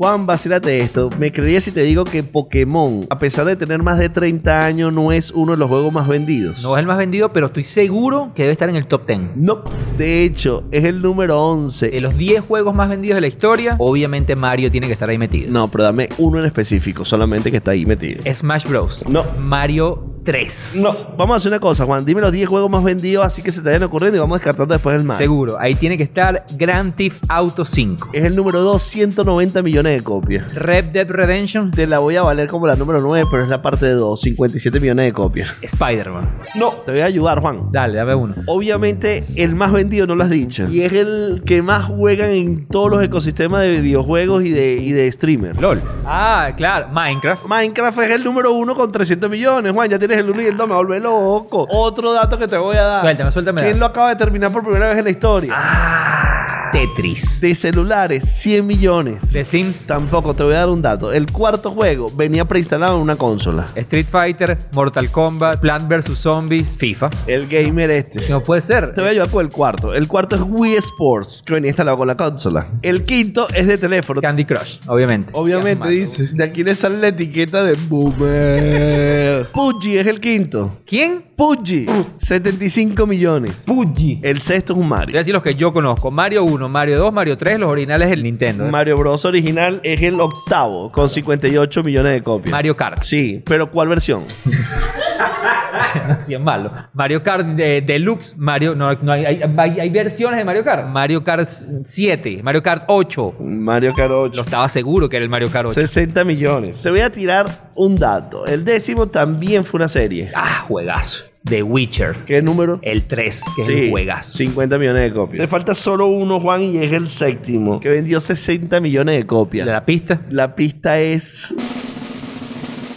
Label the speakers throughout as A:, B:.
A: Juan, vacílate esto. Me creería si te digo que Pokémon, a pesar de tener más de 30 años, no es uno de los juegos más vendidos.
B: No es el más vendido, pero estoy seguro que debe estar en el top 10.
A: No, de hecho, es el número 11.
B: De los 10 juegos más vendidos de la historia, obviamente Mario tiene que estar ahí metido.
A: No, pero dame uno en específico, solamente que está ahí metido.
B: Smash Bros.
A: No.
B: Mario 3.
A: No, vamos a hacer una cosa, Juan. Dime los 10 juegos más vendidos, así que se te vayan ocurriendo y vamos descartando después el más.
B: Seguro, ahí tiene que estar Grand Theft Auto 5.
A: Es el número 2, 190 millones de copias.
B: Red Dead Redemption,
A: Te la voy a valer como la número 9, pero es la parte de 2, 57 millones de copias.
B: Spider-Man.
A: No, te voy a ayudar, Juan.
B: Dale, dame uno.
A: Obviamente, el más vendido no lo has dicho. Y es el que más juegan en todos los ecosistemas de videojuegos y de, y de streamer.
B: LOL. Ah, claro, Minecraft.
A: Minecraft es el número uno con 300 millones, Juan. Ya tienes el uno y el dos, me vuelve loco. Otro dato que te voy a dar.
B: Suéltame, suéltame. Ah.
A: ¿Quién
B: dale.
A: lo acaba de terminar por primera vez en la historia?
B: Tetris.
A: De celulares, 100 millones.
B: The Sims,
A: Tampoco, te voy a dar un dato. El cuarto juego venía preinstalado en una consola.
B: Street Fighter, Mortal Kombat, Plant vs. Zombies, FIFA.
A: El gamer este.
B: No puede ser.
A: Te voy a ayudar con el cuarto. El cuarto es Wii Sports, que venía instalado con la consola. El quinto es de teléfono.
B: Candy Crush, obviamente.
A: Obviamente, dice. De aquí le sale la etiqueta de boomer. Uh. Pudgy es el quinto.
B: ¿Quién?
A: Pudgy, 75 millones.
B: Pudgy.
A: El sexto es un
B: Voy a
A: Mario.
B: decir los que yo conozco. Mario 1, Mario 2, Mario 3, los originales del Nintendo. ¿eh?
A: Mario Bros. original es el octavo, con 58 millones de copias.
B: Mario Kart.
A: Sí, pero ¿cuál versión?
B: Así es malo. Mario Kart de- Deluxe, Mario. No, no hay, hay- hay- hay versiones de Mario Kart. Mario Kart 7, Mario Kart 8.
A: Mario Kart 8.
B: Lo estaba seguro que era el Mario Kart 8.
A: 60 millones. Te voy a tirar un dato. El décimo también fue una serie.
B: Ah, juegazo. The Witcher.
A: ¿Qué número?
B: El 3, que es el juegazo.
A: 50 millones de copias. Te falta solo uno, Juan, y es el séptimo, que vendió 60 millones de
B: De
A: copias. La,
B: la pista,
A: pista es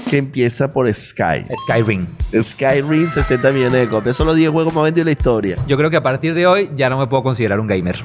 A: que empieza por Sky.
B: Skyrim.
A: Skyrim, 60 millones de copias. Son los 10 juegos más vendidos de la historia.
B: Yo creo que a partir de hoy ya no me puedo considerar un gamer.